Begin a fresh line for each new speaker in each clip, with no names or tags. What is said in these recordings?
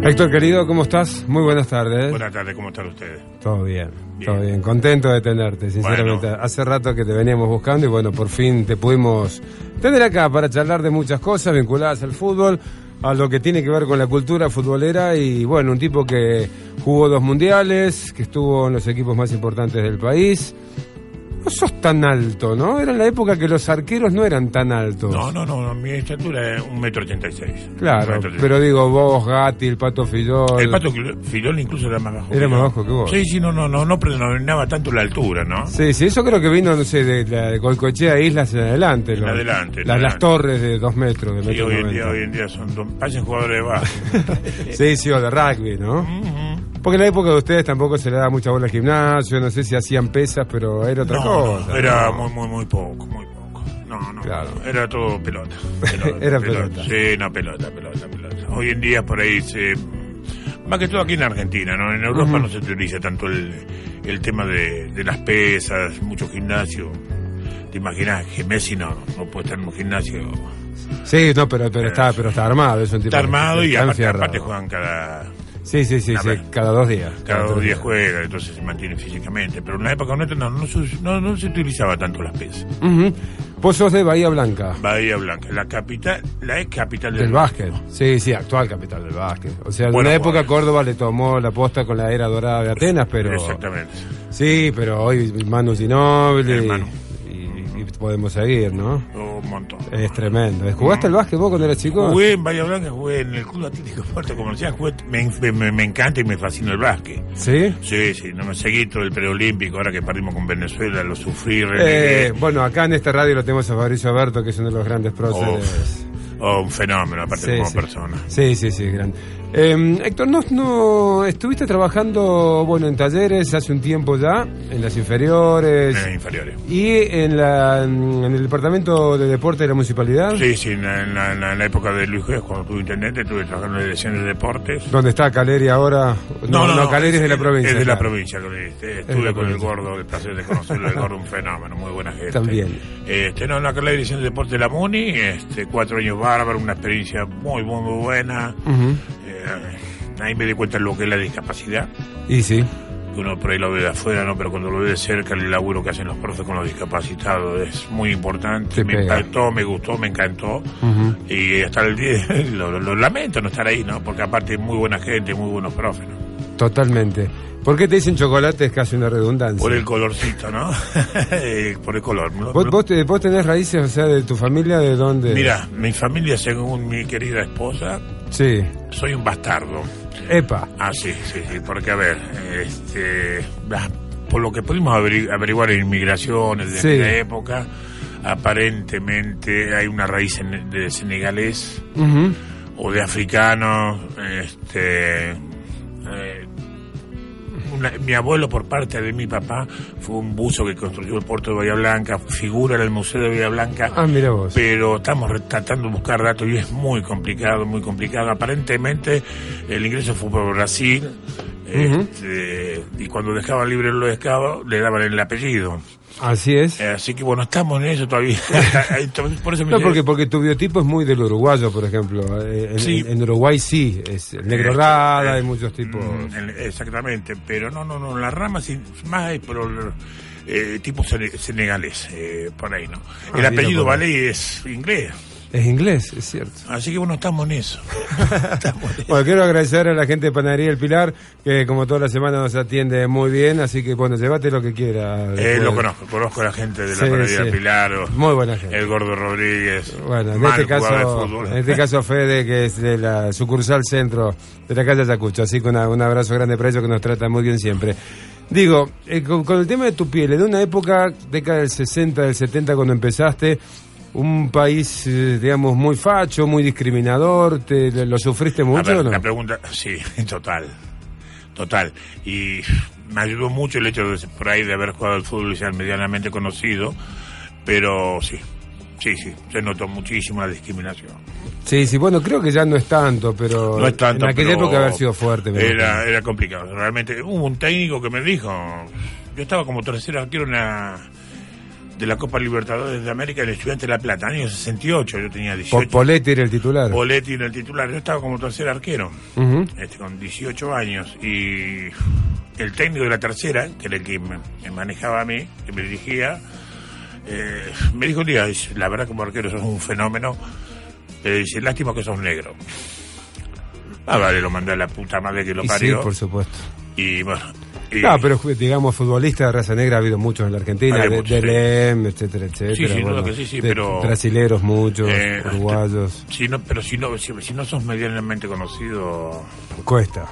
Héctor querido, ¿cómo estás? Muy buenas tardes.
Buenas tardes, ¿cómo están ustedes?
Todo bien, todo bien. Contento de tenerte, sinceramente.
Bueno.
Hace rato que te veníamos buscando y bueno, por fin te pudimos tener acá para charlar de muchas cosas vinculadas al fútbol, a lo que tiene que ver con la cultura futbolera y bueno, un tipo que jugó dos mundiales, que estuvo en los equipos más importantes del país. No sos tan alto, ¿no? Era en la época que los arqueros no eran tan altos.
No, no, no, no, mi estatura es un metro ochenta y seis. Un
Claro,
metro ochenta y
pero digo, vos, Gatti, el Pato Fillol.
seis. El pato Quil- Filol incluso era más bajo.
Era
yo.
más bajo que vos.
Sí, sí, no, no, no, no predominaba tanto la altura, ¿no?
Sí, sí, eso creo que vino, no sé, de, la, de Colcochea a Islas en adelante.
En
¿no?
adelante, en
Las, las
adelante.
torres de dos metros, de
Sí,
metro
hoy en día,
noventa.
hoy en día son dos, parecen jugadores de base.
Sí, sí, o de rugby, ¿no?
Ujú.
Porque en la época de ustedes tampoco se le daba mucha bola al gimnasio, no sé si hacían pesas, pero era otra
No,
cosa.
no, era
¿no?
muy, muy, muy poco, muy poco. No, no,
Claro.
era todo pelota. pelota
Era pelota.
Sí, no, pelota, pelota, pelota. Hoy en día por ahí se... Más que todo aquí en Argentina, ¿no? En Europa no se utiliza tanto el, el tema de, de las pesas, mucho gimnasio. ¿Te imaginas que Messi no, no puede estar en un gimnasio?
Sí, no, pero, pero, está, pero está armado, es un tipo
Está armado
que-
y
está
aparte,
enfierrado.
aparte juegan cada,
Sí, sí, sí,
A
sí,
ver.
cada dos días.
cada dos
tres
días juegan, entonces se mantienen físicamente. Pero en la época nuestra no, no, se- no, no se utilizaba tanto las pesas.
Ujú. Vos sos de Bahía Blanca,
Bahía Blanca, la capital, la ex capital del,
del básquet. Sí, sí, actual capital del básquet. O sea,
Bueno,
en una época
jugadores.
Córdoba le tomó la posta con la era dorada de Atenas, pero...
Exactamente.
Sí, pero hoy Manu Ginóbili
Hermano.
y, y podemos seguir, ¿no?
Un montón.
Es tremendo. ¿Jugaste al básquet vos cuando eras chico?
Jugué en Bahía Blanca, jugué en el Club Atlético Puerto Comercial, jugué, me, me- me encanta y me fascina el básquet.
Sí.
Sí, sí, no me seguí todo el preolímpico, ahora que perdimos con Venezuela, lo sufrí,
Eh,
renegué.
bueno, acá en esta radio lo tenemos a Fabricio Alberto, que es uno de los grandes próceres.
Oh, un fenómeno, aparte
Sí,
como
sí.
persona.
Sí, sí, sí, gran. Eh, Héctor, ¿no, no estuviste trabajando bueno en talleres hace un tiempo ya, en las inferiores
En las inferiores.
y en, la, en el departamento de deporte de la municipalidad,
Sí, sí, en la, en la- en la- en la época de Luis Juez, cuando estuve intendente, estuve trabajando en la dirección de deportes.
donde está Caleri ahora. Caleri es de la provincia.
Es de la
claro.
provincia, Caleri. Este,
de
Estuve
la
con el
provincia.
gordo, el placer de conocerlo, el gordo un fenómeno, muy buena gente.
También.
Este, no, en la Caleri Dirección de Deporte de la MUNI, este, cuatro años bárbaro, una experiencia muy, muy, muy buena.
Ujú.
Eh, ahí me di cuenta lo que es la discapacidad.
Y sí.
que Uno por ahí lo ve de afuera, ¿no? Pero cuando lo ve de cerca, el laburo que hacen los profes con los discapacitados es muy importante.
Te
me
pega.
impactó, me gustó, me encantó.
Ujú.
Y hasta el día, lo, lo- lo lamento no estar ahí, ¿no? Porque aparte muy buena gente, muy buenos profes, ¿no?
Totalmente. ¿Por qué te dicen chocolate? Es casi una redundancia.
Por el colorcito, ¿no? Eh, Por el color.
¿Vos, vos te- vos tenés raíces, o sea, de tu familia, de dónde?
Mira, mi familia, según mi querida esposa,
Sí.
soy un bastardo.
Epa.
Ah, sí, sí, sí, porque a ver, este, ah, por lo que pudimos averi- averiguar en inmigraciones de
Sí.
aquella época, aparentemente hay una raíz en- de senegalés
Ujú.
o de africanos, este, eh, una- mi abuelo por parte de mi papá fue un buzo que construyó el puerto de Bahía Blanca, figura en el Museo de Bahía Blanca,
Ah, mira vos.
pero estamos re- tratando de buscar datos y es muy complicado, muy complicado. Aparentemente el ingreso fue por Brasil este, y cuando dejaban libre los esclavos le daban el apellido.
Así es.
Eh, Así que bueno, estamos en eso todavía. Entonces, por eso me
No,
dice-
porque, porque tu biotipo es muy del uruguayo, por ejemplo. Eh, En,
Sí.
en- en Uruguay sí, es el negro
Este,
rada,
eh,
hay muchos tipos.
mm, el- exactamente, pero no, no, no, la rama sí, más hay por eh, tipo sene- senegalés, eh, por ahí, ¿no?
Ah,
el
mira,
apellido
por ahí.
Valley es inglés,
Es inglés, es cierto.
así que bueno, estamos en eso.
Bueno, quiero agradecer a la gente de Panadería El Pilar, que como toda la semana nos atiende muy bien, así que bueno, llévate lo que quieras.
Eh, lo
después.
conozco, conozco a la gente de la
Sí,
panadería
sí.
Pilar, o
Muy buena gente.
el Gordo Rodríguez,
Bueno, en
mal
este,
jugador de
caso,
fútbol.
en este caso Fede, que es de la sucursal centro de la calle Ayacucho. Así que una- un abrazo grande para ellos que nos trata muy bien siempre. Digo, eh, con, con el tema de tu piel, en una época, década del 60, del 70, cuando empezaste, un país, eh, digamos, muy facho, muy discriminador? ¿Te, ¿Lo sufriste
A
mucho
ver,
o no?
La pregunta, sí, total. Total. Y me ayudó mucho el hecho de por ahí de haber jugado al fútbol y ser medianamente conocido, pero sí, sí, sí, se notó muchísimo la discriminación.
Sí, sí, bueno, creo que ya no es tanto, pero
No es tanto,
en aquella
pero
época haber sido fuerte. me
Era,
imagino.
era complicado, realmente. Hubo un técnico que me dijo, yo estaba como tercero arquero en la- de la Copa Libertadores de América en el Estudiante de La Plata, año 68, yo tenía
Po-
18.
Poletti era el titular.
Poletti era el titular, yo estaba como tercer arquero.
Ujú.
este, con 18 años y el técnico de la tercera, que era el que me, me manejaba a mí, que me dirigía, eh, me dijo un día, dice, la verdad como arquero sos un fenómeno, pero dice, lástima que sos negro. Ah, vale, lo mandé a la puta madre que lo
Y sí,
parió.
por supuesto.
y bueno, y-
Ah, pero ju- digamos, futbolistas de raza negra ha habido muchos en la Argentina,
Hay
de,
muchos, sí.
DLM, etcétera, etcétera.
Sí, sin duda
bueno,
que sí, sí,
de-
pero-
Brasileros muchos,
eh,
uruguayos,
Si no, pero si no, si, si no sos medianamente conocido,
cuesta.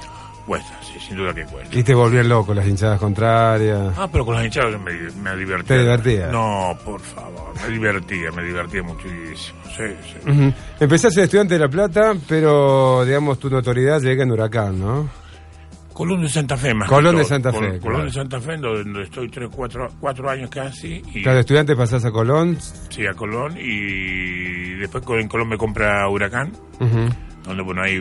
cuesta, sí, sin duda que cuesta.
Y te volvían loco las hinchadas contrarias.
Ah, pero con los hinchados yo me, me divertía.
¿Te divertías?
No, por favor. Me divertía, me divertía muchísimo. Sí, sí.
Ujú. Empezaste de estudiante de La Plata, pero, digamos, tu notoriedad llega en Huracán, ¿no?
Colón de Santa Fe, más
Colón
que
de
todo.
Santa
Col-
Fe,
Colón
claro.
de Santa Fe, donde estoy tres, cuatro, cuatro años casi. Y,
Claro, de estudiante pasás a Colón.
Sí, a Colón. Y después co- en Colón me compra Huracán.
Ujú.
Donde, bueno, ahí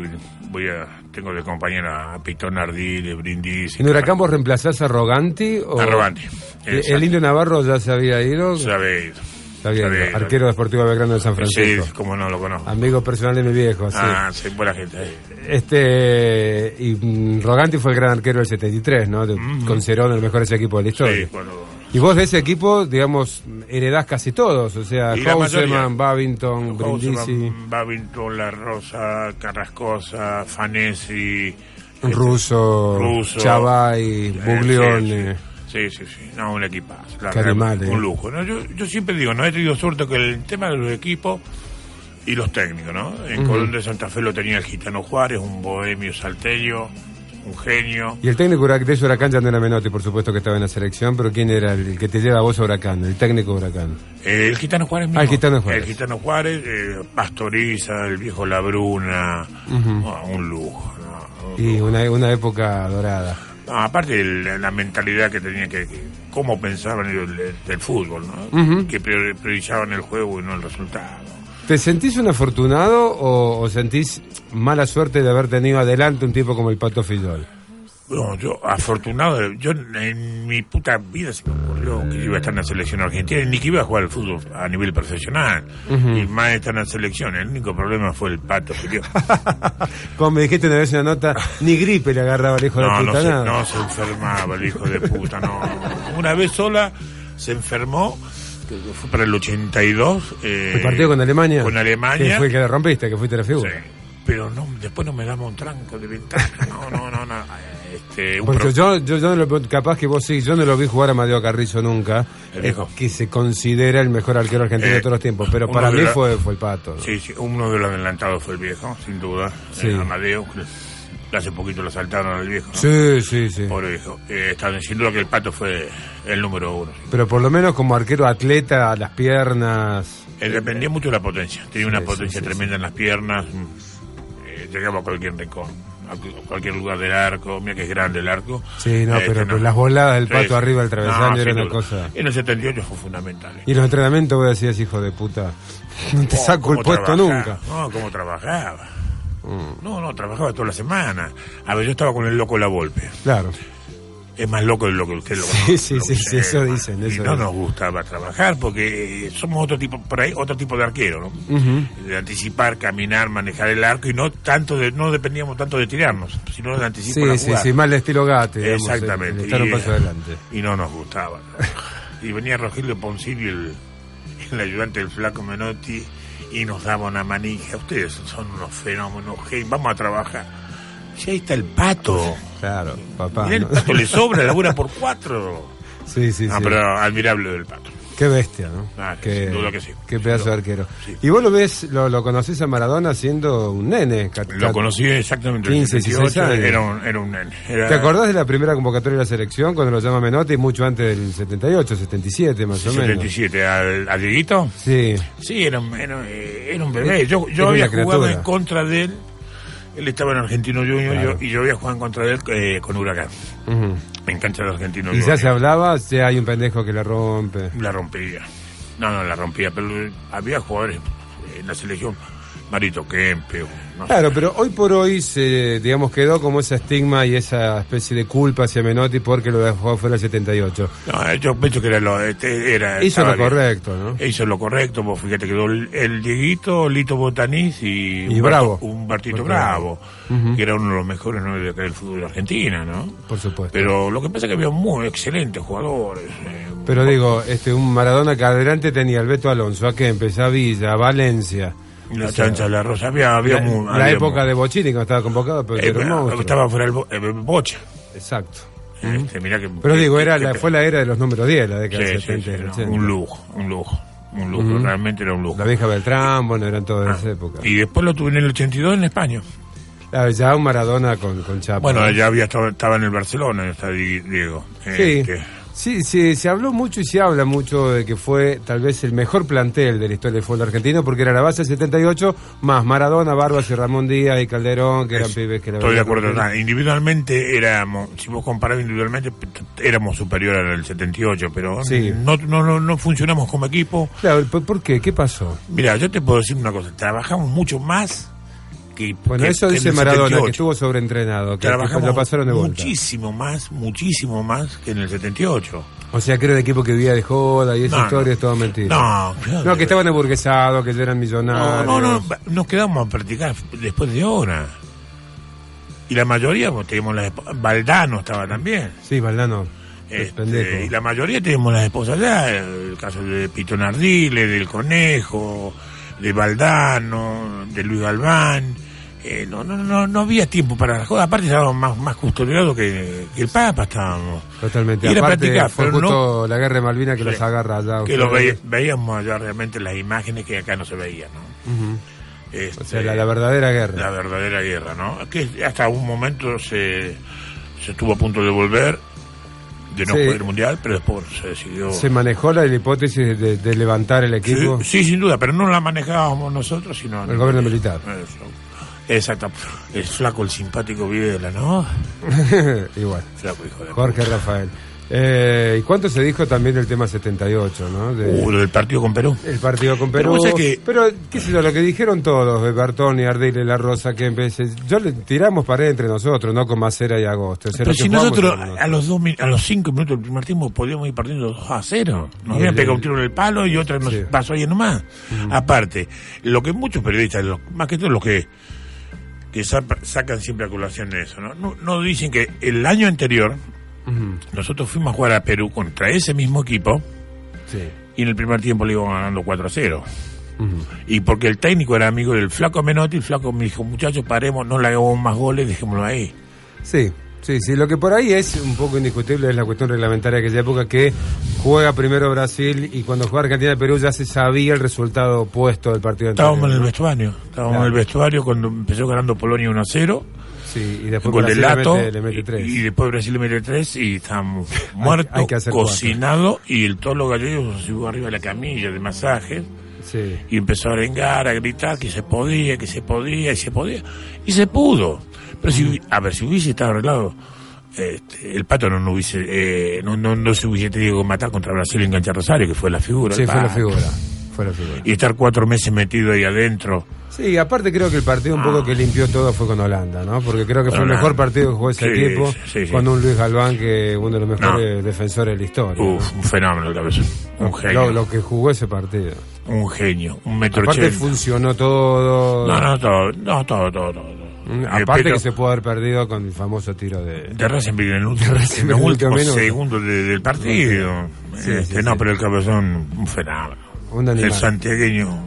voy a. Tengo de compañera a Pitón Ardile, Brindisi.
¿En Huracán vos reemplazás a Roganti? O...
Arrogante.
Eh, El Indio Navarro ya se había ido.
Sabéis.
Está bien, arquero deportivo de Belgrano de San
Sí,
Francisco.
como no lo conozco.
Amigo personal de mi viejo, sí.
Ah, sí, buena gente. eh.
Este, y mm, Roganti fue el gran arquero del 73, ¿no? De- Con Cerón, el mejor ese equipo de la historia.
Sí, bueno.
Y vos de ese equipo, digamos, heredás casi todos, o sea,
Y la mayoría.
Houseman, Babington, Brindisi,
Houseman, Babington, La Rosa, Carrascosa, Fanesi,
Russo,
este, Russo,
Chavay,
eh,
Buglione.
Sí, sí, sí, sí. No, un equipazo. la
Qué
verdad,
animal, eh.
Un lujo. ¿no? Yo, yo siempre digo, no he tenido suerte que el tema de los equipos y los técnicos, ¿no? En Colón de Santa Fe lo tenía el Gitano Juárez, un bohemio salteño, un genio.
Y el técnico hurac- de ese Huracán, Yandela Menotti, por supuesto que estaba en la selección, pero ¿quién era el que te lleva a vos a Huracán? El técnico de Huracán.
Eh, el Gitano Juárez mismo.
Ah, el Gitano Juárez.
El Gitano Juárez, eh, Pastoriza, el viejo Labruna. Ah, un lujo, ¿no? Un
Y una, una época dorada.
No, aparte el- la mentalidad que tenían que, que- cómo pensaban ellos del, del fútbol, ¿no? Que prior- priorizaban el juego y no el resultado.
¿Te sentís un afortunado o, o sentís mala suerte de haber tenido adelante un tipo como el Pato Fillol?
Bueno, yo afortunado, yo en mi puta vida se me ocurrió que yo iba a estar en la selección argentina ni que iba a jugar al fútbol a nivel profesional. Y más estar en la selección, el único problema fue el pato. que dio.
Como me dijiste una vez en una nota, ni gripe le agarraba al hijo de la
No, no
puta
se,
nada.
no se enfermaba el hijo de puta, no. Una vez sola se enfermó, que fue para el 82. eh,
El partido con Alemania.
Con Alemania.
Que fue el que la rompiste, que fuiste la
Sí,
figura.
pero no, después no me daba un tranco de ventaja. No, no, no, no. Este, un
Porque
pro-
yo, yo, yo no lo, capaz que vos sí, yo no lo vi jugar a Mateo Carrizo nunca,
El viejo.
que se considera el mejor arquero argentino de
Eh,
todos los tiempos, pero
uno
para
de
mí
la-
fue, fue el pato. ¿no?
Sí, sí, uno de los adelantados fue el viejo, sin duda.
Sí.
Eh, Amadeo, que hace poquito lo saltaron al viejo. ¿no?
sí, sí. sí.
Pobre viejo. Eh, está- sin duda que el pato fue el número uno.
Pero por lo menos como arquero atleta, las piernas.
Eh, dependía mucho de la potencia. Tenía una
sí,
potencia
sí,
tremenda en las piernas. mm, eh, llegaba a cualquier rincón, a cu- a cualquier lugar del arco. Mira que es grande el arco.
Sí, no,
Este,
pero, pero las voladas del pato arriba del travesaño
No,
era
sin
una
duda.
cosa.
En el 78 fue fundamental. eh.
Y los entrenamientos vos decías, hijo de puta, no te
Oh,
saco el
cómo
puesto
trabajaba.
nunca.
No, cómo trabajaba. No, no, trabajaba toda la semana. A ver, yo estaba con el loco La Volpe.
Claro.
Es más loco de lo que usted lo
Sí, sí,
lo
sí,
que
sí,
usted
eso
es,
dicen,
y
eso
no
dicen.
nos gustaba trabajar porque eh, somos otro tipo, por ahí, otro tipo de arquero, ¿no? De anticipar, caminar, manejar el arco y no tanto de, no dependíamos tanto de tirarnos, sino de anticipar
Sí, sí, sí, mal estilo gate. digamos,
Exactamente.
el- el estar eh, un
Y,
paso
eh,
adelante.
Y no nos gustaba. y venía Rogelio Poncilio, el, el ayudante del flaco Menotti, y nos daba una manija. Ustedes son unos fenómenos, hey, vamos a trabajar. Y ahí está el pato.
Claro, papá.
Mirá, el
Ah, ¿no?
pato le sobra, labura por cuatro.
Sí, sí,
Ah,
sí.
pero admirable del pato.
Qué bestia, ¿no?
Ah,
qué,
sin duda que sí.
Qué
Sin
pedazo de
duda.
arquero.
Sí.
Y vos lo ves, lo, lo conocés a Maradona siendo un nene. cat-
Lo
cat-
conocí eh. exactamente en el
15, 16 años.
era un, era un nene. Era-
¿Te acordás de la primera convocatoria de la selección cuando lo llama Menotti? Mucho antes del 78, 77 más o menos.
77, al, a Dieguito.
Sí.
Sí, era, un- era, eh, era un bebé. Yo,
Era
yo había
una
jugado
criatura.
en contra de él. Él estaba en Argentino Junior
Claro.
yo- y yo había jugado en contra de él eh, con Huracán.
Ujú.
En cancha de Argentino
Y ya
Junior.
se hablaba, si hay un pendejo que la rompe.
La rompía. No, no, la rompía. Pero eh, había jugadores eh, en la selección. Marito Kempe. o No sé.
Claro, pero hoy por hoy se, digamos, quedó como ese estigma y esa especie de culpa hacia Menotti porque lo dejó fuera el 78.
No, eh, yo pienso que era lo, este, era,
Hizo
estaba
lo
bien.
correcto, ¿no?
Hizo lo correcto, pues fíjate, quedó el, el Dieguito, Lito Botanís y,
Y Bravo.
un Bartito
Porque-
Bravo, que era uno de los mejores nueve de acá del fútbol argentino, ¿no?
Por supuesto.
Pero lo que pasa es que había muy excelentes jugadores. eh,
Pero digo, este un Maradona que adelante tenía al Beto Alonso, a Kempes, a Villa, a Valencia.
la chancha de la rosa, había, había
La,
muy-
la
había
época
muy-
de Bochini que no estaba convocado, pero que
eh,
era un monstruo.
estaba fuera el bo- eh, bocha.
Exacto.
Este, mirá que-
Pero digo,
que-
era
que-
la,
que-
fue la era de los números 10, la década
sí,
del
sí,
70
sí,
del
no,
80.
un lujo, un lujo, un lujo, realmente era un lujo.
La vieja Beltrán, bueno, eran todas esas épocas.
Ah. Y después lo tuve en el 82 en España.
Ah, Ya un Maradona con, con Chapa.
Bueno, ya había estado, estaba en el Barcelona, está Di- Diego.
Sí.
Este,
Sí, sí, se habló mucho y se habla mucho de que fue tal vez el mejor plantel de la historia del fútbol argentino porque era la base del 78 más Maradona, Barbas y Ramón Díaz y Calderón, que eran
es-
pibes que la
estoy de
verdad
acuerdo.
que-
nada, individualmente éramos, si vos comparás individualmente, p- éramos superior al 78, pero
Sí.
no, no, no, no funcionamos como equipo.
Claro, ¿por por qué? ¿Qué pasó?
Mira, yo te puedo decir una cosa, trabajamos mucho más que...
Bueno,
que-
eso
que en
dice
el
Maradona,
78.
que estuvo sobreentrenado, que
Trabajamos
lo pasaron de vuelta.
muchísimo más, muchísimo más que en el 78.
O sea, que era el equipo que vivía de joda y esa
No,
historia
no.
es toda mentira.
No, claro.
No, que estaban aburguesados, que ya eran
No,
millonarios.
no, no, nos quedamos a practicar después de hora. Y la mayoría, pues, teníamos las esp- Valdano estaba también.
Sí, Valdano.
Este,
pendejo.
y la mayoría tenemos las esposas allá. El caso de Pitón Ardile, del Conejo, de Valdano, de Luis Galván. Eh, no, no, no, no había tiempo para las cosas. Aparte estábamos más, más custodiados que, que el Papa estábamos.
Totalmente.
Y era
Aparte,
practicar,
fue
pero
justo
no-
la guerra de Malvinas que
Sí.
los agarra allá.
Que lo
ustedes.
veía- veíamos allá realmente las imágenes que acá no se veían, ¿no? Este,
O sea, la, la verdadera guerra.
la verdadera guerra, ¿no? Que hasta un momento se, se estuvo a punto de volver, de no
Sí.
jugar el mundial, pero después se decidió.
Se manejó la, la hipótesis de, de levantar el
Sí,
equipo.
sí, sin duda, pero no la manejábamos nosotros, sino.
El gobierno militar.
Eso. Exacto. El flaco, el simpático Videla, ¿no?
Igual.
Flaco, hijo de.
Jorge Rafael. Eh, ¿Y cuánto se dijo también del tema 78, no? De-
Uh, lo del partido con Perú.
El partido con Perú.
Pero vos
Pero,
sabés que-
qué sé yo, lo que dijeron todos, de Bertoni, Ardile, La Rosa, que empecé. Yo le tiramos pared entre nosotros, no con Macera y Agosto. O sea,
Pero
lo que
si
jugamos
nosotros
con-
a los dos min- a los cinco minutos del primer tiempo podíamos ir partiendo 2 a 0. Nos habían
el-
pegado un tiro en el palo y otra nos
Sí.
pasó ahí nomás. Aparte, lo que muchos periodistas, lo- más que todos los que, que sap- sacan siempre a colación de eso, ¿no? ¿no? no dicen que el año anterior nosotros fuimos a jugar a Perú contra ese mismo equipo
Sí.
y en el primer tiempo le iban ganando 4 a 0. Y porque el técnico era amigo del flaco Menotti, el flaco me dijo, muchachos, paremos, no le hagamos más goles, dejémoslo ahí.
Sí, sí, sí. Lo que por ahí es un poco indiscutible es la cuestión reglamentaria de aquella época que juega primero Brasil y cuando juega Argentina-Perú ya se sabía el resultado opuesto del partido
Estábamos en el
anterior,
vestuario. Estábamos
Claro.
en el vestuario cuando empezó ganando Polonia 1 a 0.
¿no? Sí, y
Con
después
gol de
Brasil le
Lato.
mete, le mete tres.
Y, y después Brasil le mete 3 y estábamos muertos,
hay que hacer cuatro.
cocinado. Y el tolo gallego se subió arriba de la camilla de masajes
Sí.
y empezó a arengar, a gritar que se podía, que se podía, y se podía. Y se pudo. Pero si, a ver, si hubiese estado arreglado, este, el pato no, no hubiese, eh, no, no, no se hubiese tenido que matar contra Brasil en Cancha Rosario, que fue la figura.
Sí,
el
fue la
Pato.
figura. Fue la figura.
Y estar cuatro meses metido ahí adentro.
Sí, aparte creo que el partido un poco que limpió todo fue con Holanda, ¿no? Porque creo que fue el
Holanda.
mejor partido que jugó ese
Sí,
equipo
sí, sí.
con un Luis Galván que uno de los mejores defensores de la historia.
Uf, un fenómeno el cabezón. Un genio.
Lo, lo que jugó ese partido.
Un genio. Un metro
Aparte
ochenta.
funcionó todo.
No, no, todo, no, todo, todo, todo.
Mm,
Eh,
Aparte
pero
que se pudo haber perdido con el famoso tiro de...
De Rasenberg en el último, en los
en el
últimos
último minuto.
segundos de- del partido.
Sí,
Este,
sí,
no,
sí.
pero el cabezón, un fenómeno.
Un animal.
El santiagueño.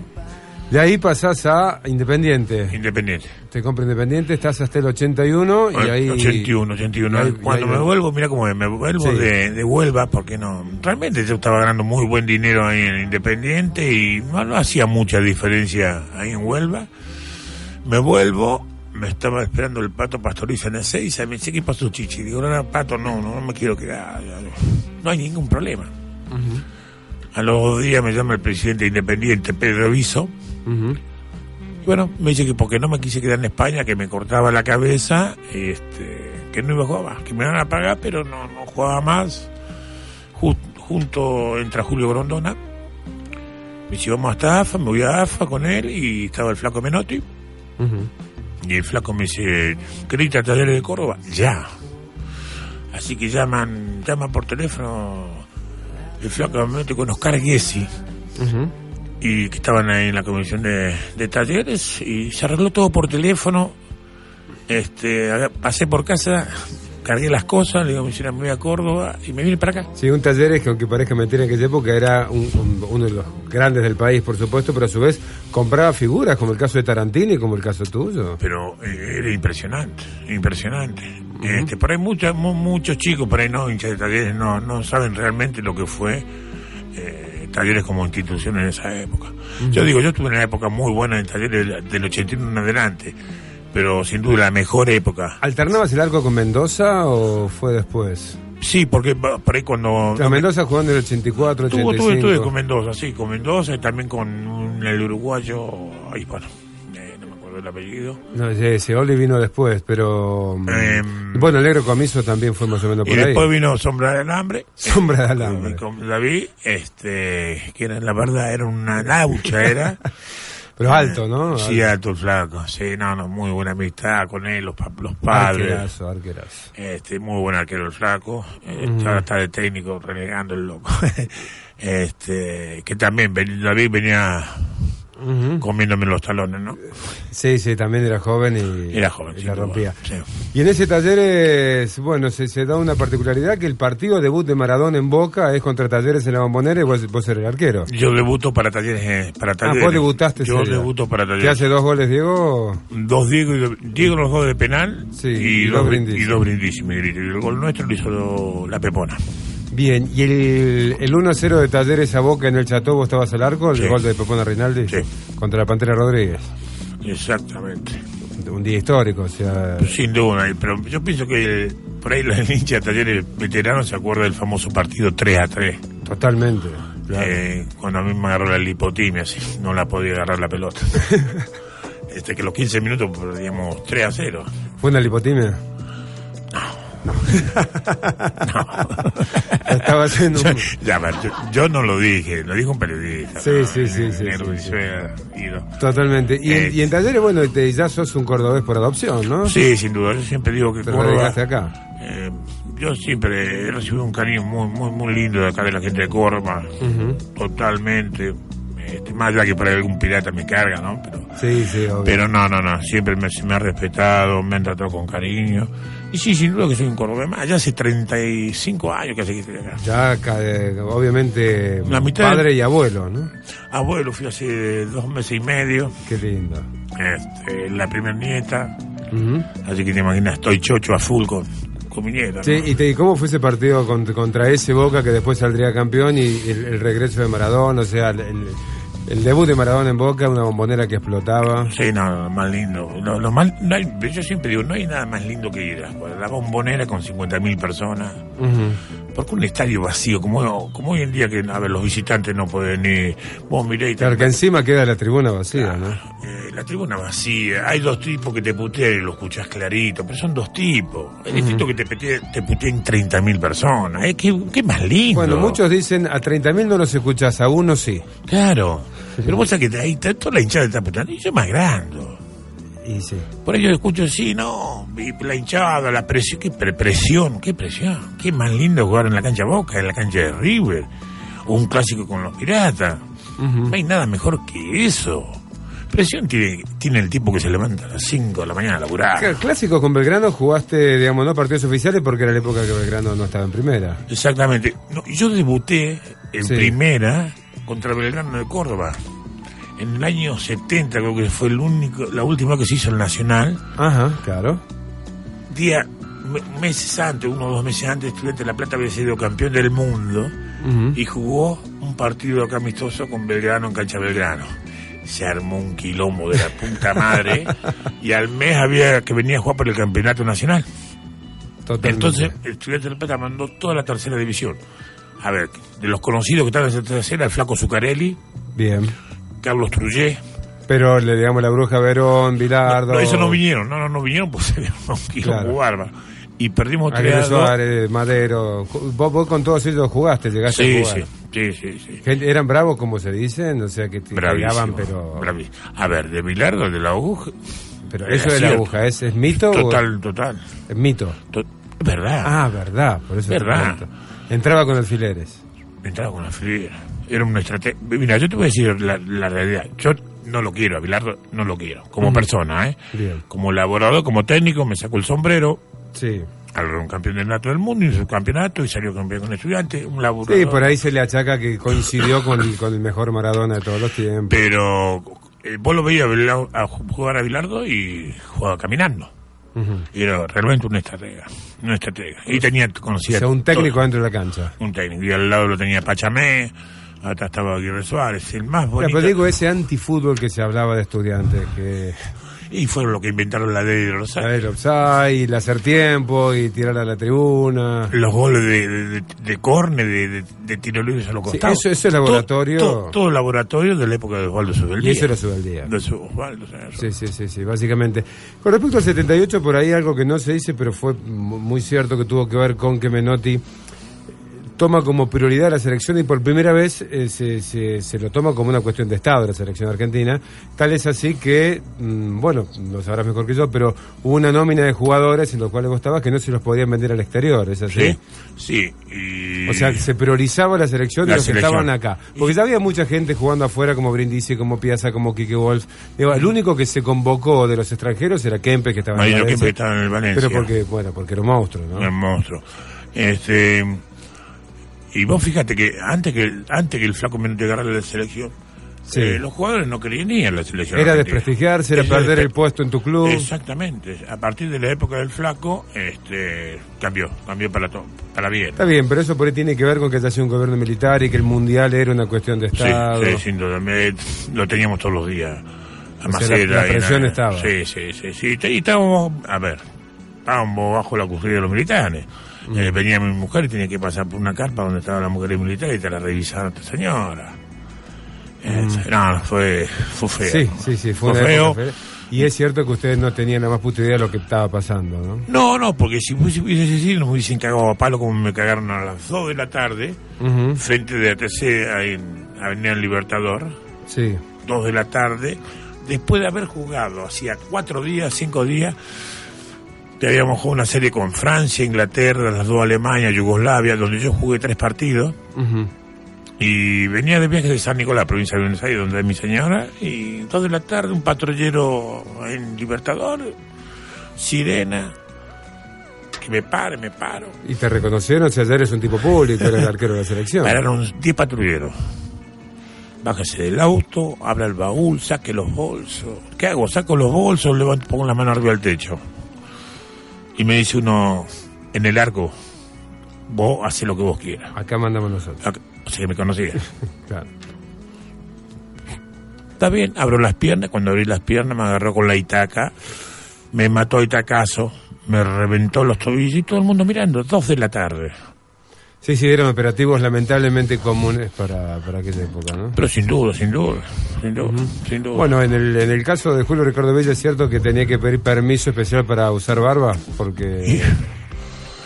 De ahí pasás a Independiente.
Independiente.
Te compra Independiente, estás hasta el 81 y ahí...
81, 81.
y ahí-
Cuando
y ahí-
me vuelvo, mira cómo es, me vuelvo
Sí.
de, de Huelva, porque no, realmente yo estaba ganando muy buen dinero ahí en Independiente y no, no hacía mucha diferencia ahí en Huelva. Me vuelvo, me estaba esperando el pato pastoriza en el 6, me dice, ¿qué pasó, Chichi? Digo, no, no, pato, no, no, no me quiero quedar. ya, ya. No hay ningún problema. A los dos días me llama el presidente Independiente, Pedro Viso.
Ujú.
Y bueno, me dice que porque no me quise quedar en España, que me cortaba la cabeza, este, que no iba a jugar más, que me iban a pagar, pero no, no jugaba más. Ju- junto entra Julio Grondona. Me dice, vamos hasta AFA, me voy a AFA con él y estaba el flaco Menotti. Y el flaco me dice, ¿queréis ir a Talleres de Córdoba? Ya. Así que llaman, llaman por teléfono el flaco Menotti con Oscar Gessi y que estaban ahí en la comisión de, de talleres y se arregló todo por teléfono. Este, aga- pasé por casa, cargué las cosas, le digo, me hicieron, me voy a Córdoba y me vine para acá.
Sí, un Talleres que aunque parezca mentira en aquella época era un- un- uno de los grandes del país, por supuesto, pero a su vez compraba figuras, como el caso de Tarantini, como el caso tuyo.
Pero eh, era impresionante, impresionante. este, por ahí mucha- mu- muchos chicos, por ahí no, hinchas de talleres, no, no saben realmente lo que fue eh, talleres como institución en esa época. Yo digo, yo tuve una época muy buena en talleres del, del 81 en adelante, pero sin duda la mejor época.
¿Alternabas el arco con Mendoza o fue después?
Sí, porque pa- por ahí cuando...
O sea, Mendoza jugando en el 84,
Tuvo,
85.
tuve, tuve con Mendoza, sí, con Mendoza y también con un- el uruguayo, ay, bueno, eh, no me acuerdo el apellido.
No, sí, sí, Oli vino después, pero... mm,
Em,
bueno, el negro comiso también fue más o menos
Y
por
después
ahí.
vino Sombra del Hambre.
Sombra de
Con,
alambre.
con David, este, que era, la verdad era una laucha, era.
Pero alto, ¿no?
Sí, alto el flaco, sí, no, no, muy buena amistad con él, los, pa-
Ah,
los padres.
Arquerazo, arquerazo.
Este, muy buen arquero el flaco. eh, Ahora está de técnico renegando el loco. este, que también ven- David venía comiéndome los talones, ¿no?
Sí, sí, también era joven y,
Era joven,
y
sin
la
duda,
rompía.
sí.
Y en ese Talleres, bueno, se, se da una particularidad que el partido debut de Maradona en Boca es contra Talleres en la Bombonera y vos, vos eres el arquero.
Yo debuto para talleres. eh, Para
Ah,
talleres.
vos debutaste.
Yo
sería.
debuto para
¿Te
talleres.
hace dos goles, Diego?
Dos Diego, y do- Diego los dos de penal
Sí,
y,
y
dos,
dos
brin-
Brindisi.
y dos brindisi, me grito. Y el gol nuestro lo hizo lo- la Pepona.
Bien, ¿y el, el 1-0 de Talleres a Boca en el Chateau vos estabas al arco? El
Sí.
gol de Pepona Rinaldi
Sí.
contra la Pantera Rodríguez.
Exactamente.
Un día histórico, o sea...
Sin duda, y- pero yo pienso que el- por ahí los hinchas de talleres veteranos se acuerdan del famoso partido 3 a 3.
Totalmente.
Eh, cuando a mí me agarró la lipotimia, así, no la podía agarrar la pelota. este que los 15 minutos perdíamos 3 a 0.
¿Fue una lipotimia? No. Estaba haciendo un...
Ya, a ver, yo, yo no lo dije, lo dijo un periodista.
Sí,
¿no?
sí, sí,
El
sí,
negro
sí,
Brizuela, Guido.
Totalmente. Y, en-
Eh,
y en talleres, bueno, te- ya sos un cordobés por adopción, ¿no?
Sí, sin duda, yo siempre digo que
Pero
Córdoba.
radicaste acá.
eh, yo siempre he recibido un cariño muy, muy, muy lindo de acá de la gente de Córdoba. Totalmente. Este, más allá que por ahí algún pirata me carga, ¿no? Pero,
Sí, sí, obvio.
pero no, no, no. Siempre me, se me ha respetado, me han tratado con cariño. Y sí, sin duda que soy un cordobés. Más, ya hace 35 años que seguiste acá.
Ya, ca- eh, obviamente,
La mitad-
padre y abuelo, ¿no?
Abuelo, fui hace dos meses y medio.
Qué lindo.
Este, la primera nieta.
Ujú.
Así que te imaginas, estoy chocho a full con, con mi nieta.
Sí,
¿no?
y, te- ¿y cómo fue ese partido con- contra ese Boca que después saldría campeón y el, el regreso de Maradona, o sea, el, el- el debut de Maradona en Boca, una bombonera que explotaba?
Sí, no, lo más lindo. Lo, lo más, no hay- yo siempre digo, no hay nada más lindo que ir a jugar a la bombonera con 50.000 personas.
Ujú.
Porque un estadio vacío, como, como hoy en día que a ver, los visitantes no pueden ir. Vos mirá y te-
Claro, que encima queda la tribuna vacía, ¿no?
Eh, la tribuna vacía. Hay dos tipos que te putean y lo escuchás clarito, pero son dos tipos. Es distinto que te, pete- te puteen 30.000 personas. Es que, qué más lindo.
Bueno, muchos dicen a 30.000 no los escuchás, a uno sí.
Claro. Pero vos sabés que ahí está toda la hinchada está puteando y yo más grande.
Y sí.
Por ahí yo escucho, sí, no, y la hinchada, la presión, qué pre- presión, qué presión. Qué más lindo jugar en la cancha Boca, en la cancha de River, o un clásico con los piratas. No hay nada mejor que eso. Presión tiene, tiene el tipo que se levanta a las 5 de la mañana a laburar.
Claro, Clásicos con Belgrano jugaste, digamos, no partidos oficiales porque era la época que Belgrano no estaba en primera.
Exactamente. No, yo debuté en
Sí.
primera contra Belgrano de Córdoba. en el año 70, creo que fue el único, la última que se hizo el Nacional.
Ajá, claro.
Día, me- meses antes, uno o dos meses antes, Estudiante de La Plata había sido campeón del mundo
Ujú.
y jugó un partido acá amistoso con Belgrano en Cancha Belgrano. Se armó un quilombo de la puta madre y al mes había que venía a jugar por el campeonato nacional.
Totalmente.
Entonces, el estudiante de La Plata mandó toda la tercera división. A ver, de los conocidos que están en la tercera, el flaco Zuccarelli,
Bien.
Carlos Trujé.
Pero le digamos la bruja Verón, Bilardo.
No, esos no vinieron, no, no, no vinieron porque se había un quilombo
Claro.
bárbaro. Y perdimos
Aguirre
3 a 2.
Suárez, Madero. Ju- Vos, vos con todos ellos jugaste, llegaste
Sí,
a jugar.
sí, sí, sí, sí.
Que eran bravos, como se dicen, o sea que te pegaban,
Bravísimo,
pero.
bravi- A ver, de Bilardo, el de la aguja.
Pero
Era
eso de la
cierto.
aguja, ¿es, es mito o
Total, total.
es mito?
To- verdad.
Ah, verdad, por eso te
Verdad.
pregunto. Entraba con alfileres.
Entraba con la fibra. Era una estrategia. Mira, yo te voy a decir la, la realidad. Yo no lo quiero, a Bilardo no lo quiero. Como persona, ¿eh?
Mm. Bien.
Como laborador, como técnico, me sacó el sombrero.
Sí.
Al un campeón del nato del mundo, hizo el campeonato y salió campeón con estudiantes. Un laborador.
Sí, por ahí se le achaca que coincidió con, con el mejor Maradona de todos los tiempos.
Pero eh, vos lo veías a Bilardo- a ju- jugar a Bilardo y jugaba caminando.
Ujú.
Y era realmente un estratega. Un estratega. Y tenía,
O
conocía.
sea, un
todo.
técnico dentro de la cancha.
Un técnico. Y al lado lo tenía Pachamé. Acá estaba Aguirre Suárez, el más
Ya,
bonito.
pero digo, ese antifútbol que se hablaba de estudiantes, que
Y fueron los que inventaron la ley de
a
Rosario.
ver, offside, el hacer tiempo y tirar a la tribuna.
Los goles de, de, de, de córner, de, de, de tiro libre a los
Sí,
costados.
eso- eso es laboratorio.
Todo, todo- todo laboratorio de la época de Osvaldo Subeldía.
Y eso era Subeldía.
De su- Osvaldo, o sea,
Sí, sí, sí, sí, básicamente. Con respecto al 78, por ahí algo que no se dice, pero fue mu- muy cierto que tuvo que ver con que Menotti eh, toma como prioridad la selección y por primera vez eh, se, se- se lo toma como una cuestión de Estado la selección argentina. Tal es así que, mm, bueno, lo sabrás mejor que yo, pero hubo una nómina de jugadores en los cuales vos estabas que no se los podían vender al exterior, ¿es así?
Sí, sí. y-
O sea, se priorizaba la selección de
La
los
selección.
que estaban acá. Porque ya había mucha gente jugando afuera, como Brindisi, como Piazza, como Quique Wolf. Digo, el único que se convocó de los extranjeros era Kempes, que estaba
Marino
Valencia.
Kempes que estaba en el Valencia.
Pero porque, bueno, porque era un monstruo, ¿no?
Un monstruo. Este, y vos fíjate que antes que el, antes que el flaco Menotti agarrara la selección,
Sí.
eh, los jugadores no creían ni en la selección.
Era
argentina.
desprestigiarse, era
Eso
perder
despre-
el puesto en tu club.
Exactamente. A partir de la época del flaco, este, cambió, cambió para todo, para bien.
Está bien, pero eso por ahí tiene que ver con que haya sido un gobierno militar y que el mundial era una cuestión de
Sí,
Estado.
sí, sin duda. Me- lo teníamos todos los
O
días. A
sea, la-
Macera
la
y
presión
nada.
estaba.
Sí, sí, sí. sí. Te- Y estábamos, a ver, estábamos bajo la custodia de los militares.
Mm.
Eh, venía mi mujer y tenía que pasar por una carpa donde estaba la mujer militar y te la revisaron a esta señora. Eh, No, fue, fue feo.
Mm. Sí, sí, sí, fue una
feo.
época fea. Y es cierto que ustedes no tenían la más puta idea de lo que estaba pasando, ¿no?
No, no, porque si hubiese hubiese sido, nos hubiesen cagado a palo como me cagaron a las 2 de la tarde,
Ujú,
frente de ATC ahí en Avenida Libertador.
Sí.
2 de la tarde, después de haber jugado hacía cuatro días, cinco días, que habíamos jugado una serie con Francia, Inglaterra, las dos Alemania, Yugoslavia, donde yo jugué tres partidos,
ujú.
y venía de viaje de San Nicolás, provincia de Buenos Aires, donde es mi señora, y 2 de la tarde un patrullero en Libertador, sirena, que me pare, me paro.
Y te reconocieron, si ayer es un tipo público, era el arquero de la selección.
Pararon 10 patrulleros. Bájese del auto, abra el baúl, saque los bolsos. ¿Qué hago? Saco los bolsos, levanto, pongo la mano arriba del techo. Y me dice uno en el arco, vos haces lo que vos quieras.
Acá mandamos nosotros.
Ac- O sea que me conocía.
Claro.
Está bien, abro las piernas. Cuando abrí las piernas me agarró con la itaca. Me mató a itacazo. Me reventó los tobillos y todo el mundo mirando. Dos de la tarde.
Sí, sí, eran operativos lamentablemente comunes para, para aquella época, ¿no?
Pero sin duda, sin duda. Sin duda, sin duda.
Bueno, en el, en el caso de Julio Ricardo Bella es cierto que tenía que pedir permiso especial para usar barba, porque,
y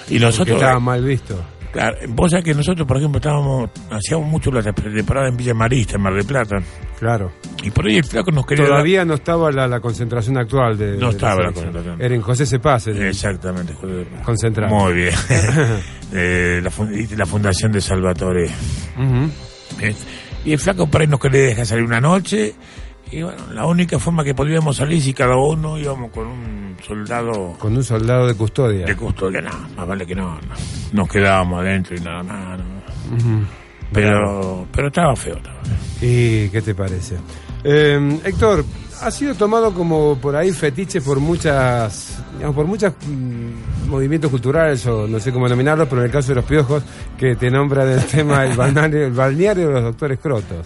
porque
nosotros... eh,
estaba mal visto.
Claro, vos sabés que nosotros, por ejemplo, estábamos, hacíamos mucho la temporada en Villa Marista, en Mar del Plata,
Claro.
y por ahí el flaco nos quería...
Todavía no estaba la, la concentración actual de.
No
de
estaba la
selección.
concentración.
Era en José Cepaz. el-
Exactamente, Julio.
Concentrado.
Muy bien. Eh, la, fun- y la Fundación de Salvatore.
Ujú.
Eh, Y el flaco por ahí nos quería dejar salir una noche, y bueno, la única forma que podíamos salir si cada uno íbamos con un soldado
Con un soldado de custodia.
de custodia, no, más vale que no, no. nos quedábamos adentro y nada más. no. Pero, pero estaba feo, estaba feo.
¿Y qué te parece? Eh, Héctor, ha sido tomado como por ahí fetiche por muchas, digamos, por muchos movimientos culturales o no sé cómo denominarlos, pero en el caso de los piojos, que te nombra del tema el balneario, el balneario de los doctores Crotos.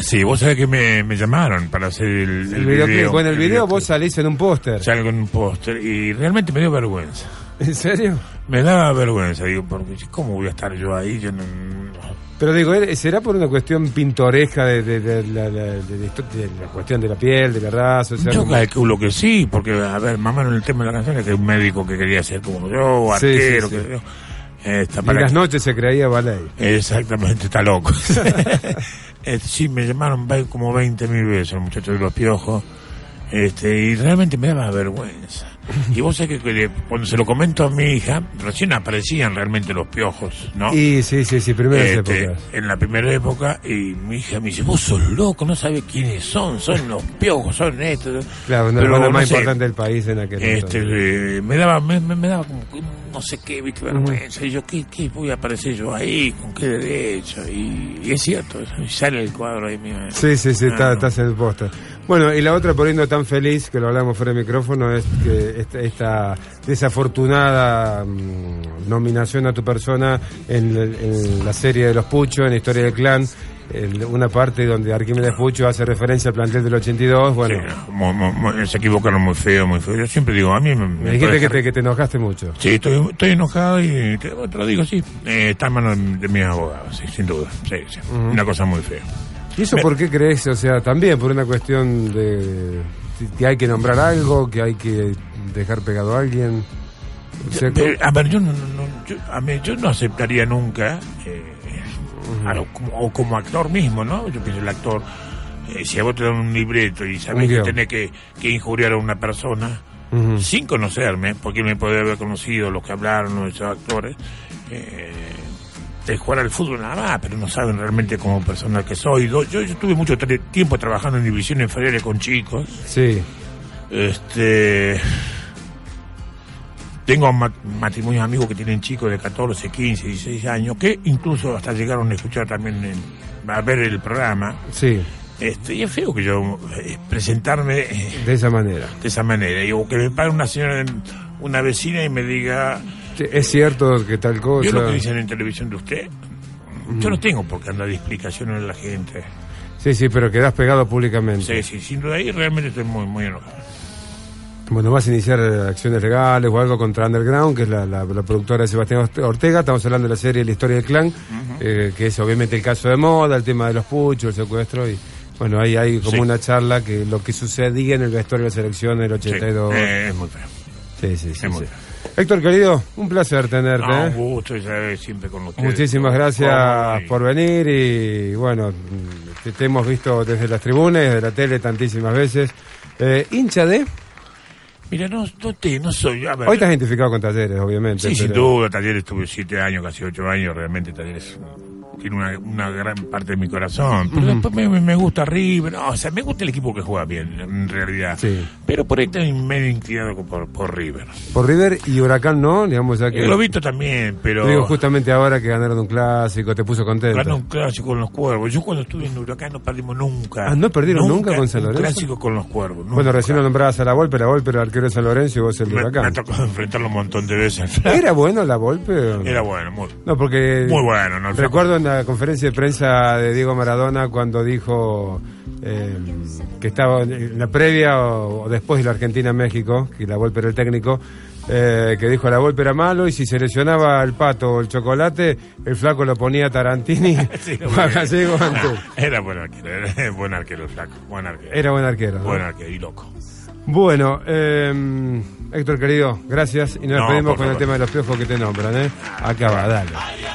Sí, vos sabés que me, me llamaron para hacer el,
El videoclip. Con el video vos
videoclip.
salís en un póster.
Salgo en un póster y realmente me dio vergüenza.
¿En serio?
Me daba vergüenza, digo, porque ¿cómo voy a estar yo ahí? Yo no- no,
Pero digo, ¿eh, ¿será por una cuestión pintoresca de, de- de la, la- de- de esto- de la cuestión de la piel, de la raza? O sea,
Yo
como-
calculo que sí, porque, a ver, mamá en el tema de la canción es que un médico que quería ser como yo, o
Sí,
arquero,
sí, sí.
que yo. Eh, está
en
para
las noches se creía ballet.
Exactamente, está loco. Eh, sí, me llamaron ve- como 20 mil veces los muchachos de los piojos. Este, y realmente me daba vergüenza. Y vos sabés que, que le- cuando se lo comento a mi hija, recién aparecían realmente los piojos, ¿no?
Y sí, sí, sí, primero
Este, en la primera época y mi hija me dice vos sos loco no sabes quiénes son son los piojos son estos
Claro, una
Pero,
hermana
no
más
sé,
importante del país en aquel
este
entonces.
eh, me daba me, me- me daba como que no sé qué viste vergüenza y yo ¿qué, qué voy a aparecer yo ahí con qué derecho y, y es cierto y sale el cuadro ahí mío
Sí, sí, sí, está,
Ah,
estás en el póster. Bueno, y la otra poniendo tan feliz, que lo hablamos fuera de micrófono, es que esta, esta desafortunada mm, nominación a tu persona en, la- en la serie de los Pucho, en la historia del clan, el- una parte donde Arquímedes Pucho hace referencia al plantel del 82, bueno,
Sí, mu- mu- mu- se equivocaron muy feo muy feo yo siempre digo a mí me, me
me dijiste
puede
que
dejar-
te, que te enojaste mucho.
Sí, estoy, estoy enojado y te, te lo digo, sí. Eh, está en manos de, de mis abogados, sí, sin duda. Sí, sí. Una cosa muy fea.
¿Y eso por qué crees? O sea, también por una cuestión de que hay que nombrar algo, que hay que dejar pegado a alguien. O sea,
Pero, a ver, yo no, no- no- yo, a mí- yo no aceptaría nunca, eh, a lo- como- o como actor mismo, ¿no? Yo pienso el actor, eh, si a vos te dan un libreto y
Un
sabés que
guión.
tenés que, que injuriar a una persona,
Ujú.
sin conocerme, porque él me podría haber conocido, los que hablaron, los actores, eh, de jugar al fútbol nada más, pero no saben realmente como persona que soy. Yo, yo estuve mucho tra- tiempo trabajando en divisiones inferiores con chicos.
sí.
Este. Tengo ma- matrimonios amigos que tienen chicos de 14, 15, 16 años, que incluso hasta llegaron a escuchar también, en- a ver el programa.
Sí,
Este, y es feo que yo eh, presentarme eh,
de esa manera.
de esa manera. Y, o que me pare una señora, una vecina y me diga,
Sí, Es cierto que tal cosa.
¿vio lo que dicen en televisión de usted? Yo no tengo por qué andar de explicaciones a la gente.
Sí, sí, pero quedás pegado públicamente.
Sí, sí, sin duda ahí realmente estoy muy, muy enojado.
Bueno, vas a iniciar eh, acciones legales o algo contra Underground, que es la, la- la productora de Sebastián Orte- Ortega. Estamos hablando de la serie La historia del clan, eh, que es obviamente el caso de moda, el tema de los puchos, el secuestro y. Bueno, ahí hay como
Sí.
una charla que lo que sucedía en el vestuario de la selección del
Sí,
82.
eh, es muy feo.
Sí, sí, sí.
es
sí.
muy-
Héctor, querido, un placer tenerte. ¿eh?
Ah, un gusto, ya sabes, siempre con ustedes.
Muchísimas
Cómo
gracias
no, y-
por venir y bueno, te, te hemos visto desde las tribunas, desde la tele tantísimas veces. Eh, hincha de...
Mira, no, no, te, no soy. A ver,
Hoy estás identificado con talleres, obviamente.
sí, sin
pero-
duda, Talleres estuve siete años, casi ocho años, realmente Talleres tiene una, una gran parte de mi corazón. Pero después me, me gusta River, no, o sea, me gusta el equipo que juega bien, en realidad.
Sí.
Pero por ahí estoy medio inclinado por, por River.
Por River y Huracán no, digamos ya que...
Eh, Lo he visto también, pero.
Digo, justamente ahora que ganaron un clásico, te puso contento.
Ganó un clásico con los cuervos. Yo cuando estuve en Huracán no perdimos nunca.
Ah, ¿no perdieron nunca con San
un
Lorenzo?
clásico con los cuervos.
Bueno,
nunca.
recién lo nombrabas a la Volpe, la Volpe era el arquero de San Lorenzo y vos el de
me, me
Huracán.
tocó enfrentarlo un montón de veces.
¿Era bueno la Volpe? o no?
Era bueno, muy.
No, porque...
Muy bueno, ¿no?
Recuerdo en la conferencia de prensa de Diego Maradona cuando dijo eh, que estaba en la previa o, o después de la Argentina-México, que la Volpe era el técnico, eh, que dijo la Volpe era malo y si se lesionaba el pato o el chocolate, el flaco lo ponía a Tarantini
Sí,
o a Gallego antes.
Era buen arquero, era buen arquero el flaco, buen arquero.
Era buen arquero. ¿no?
buen arquero y loco.
Bueno, eh, Héctor querido, gracias y nos
No,
despedimos
por
con el
favor. Ah,
tema de los piojos que te nombran. ¿eh? Acaba, dale.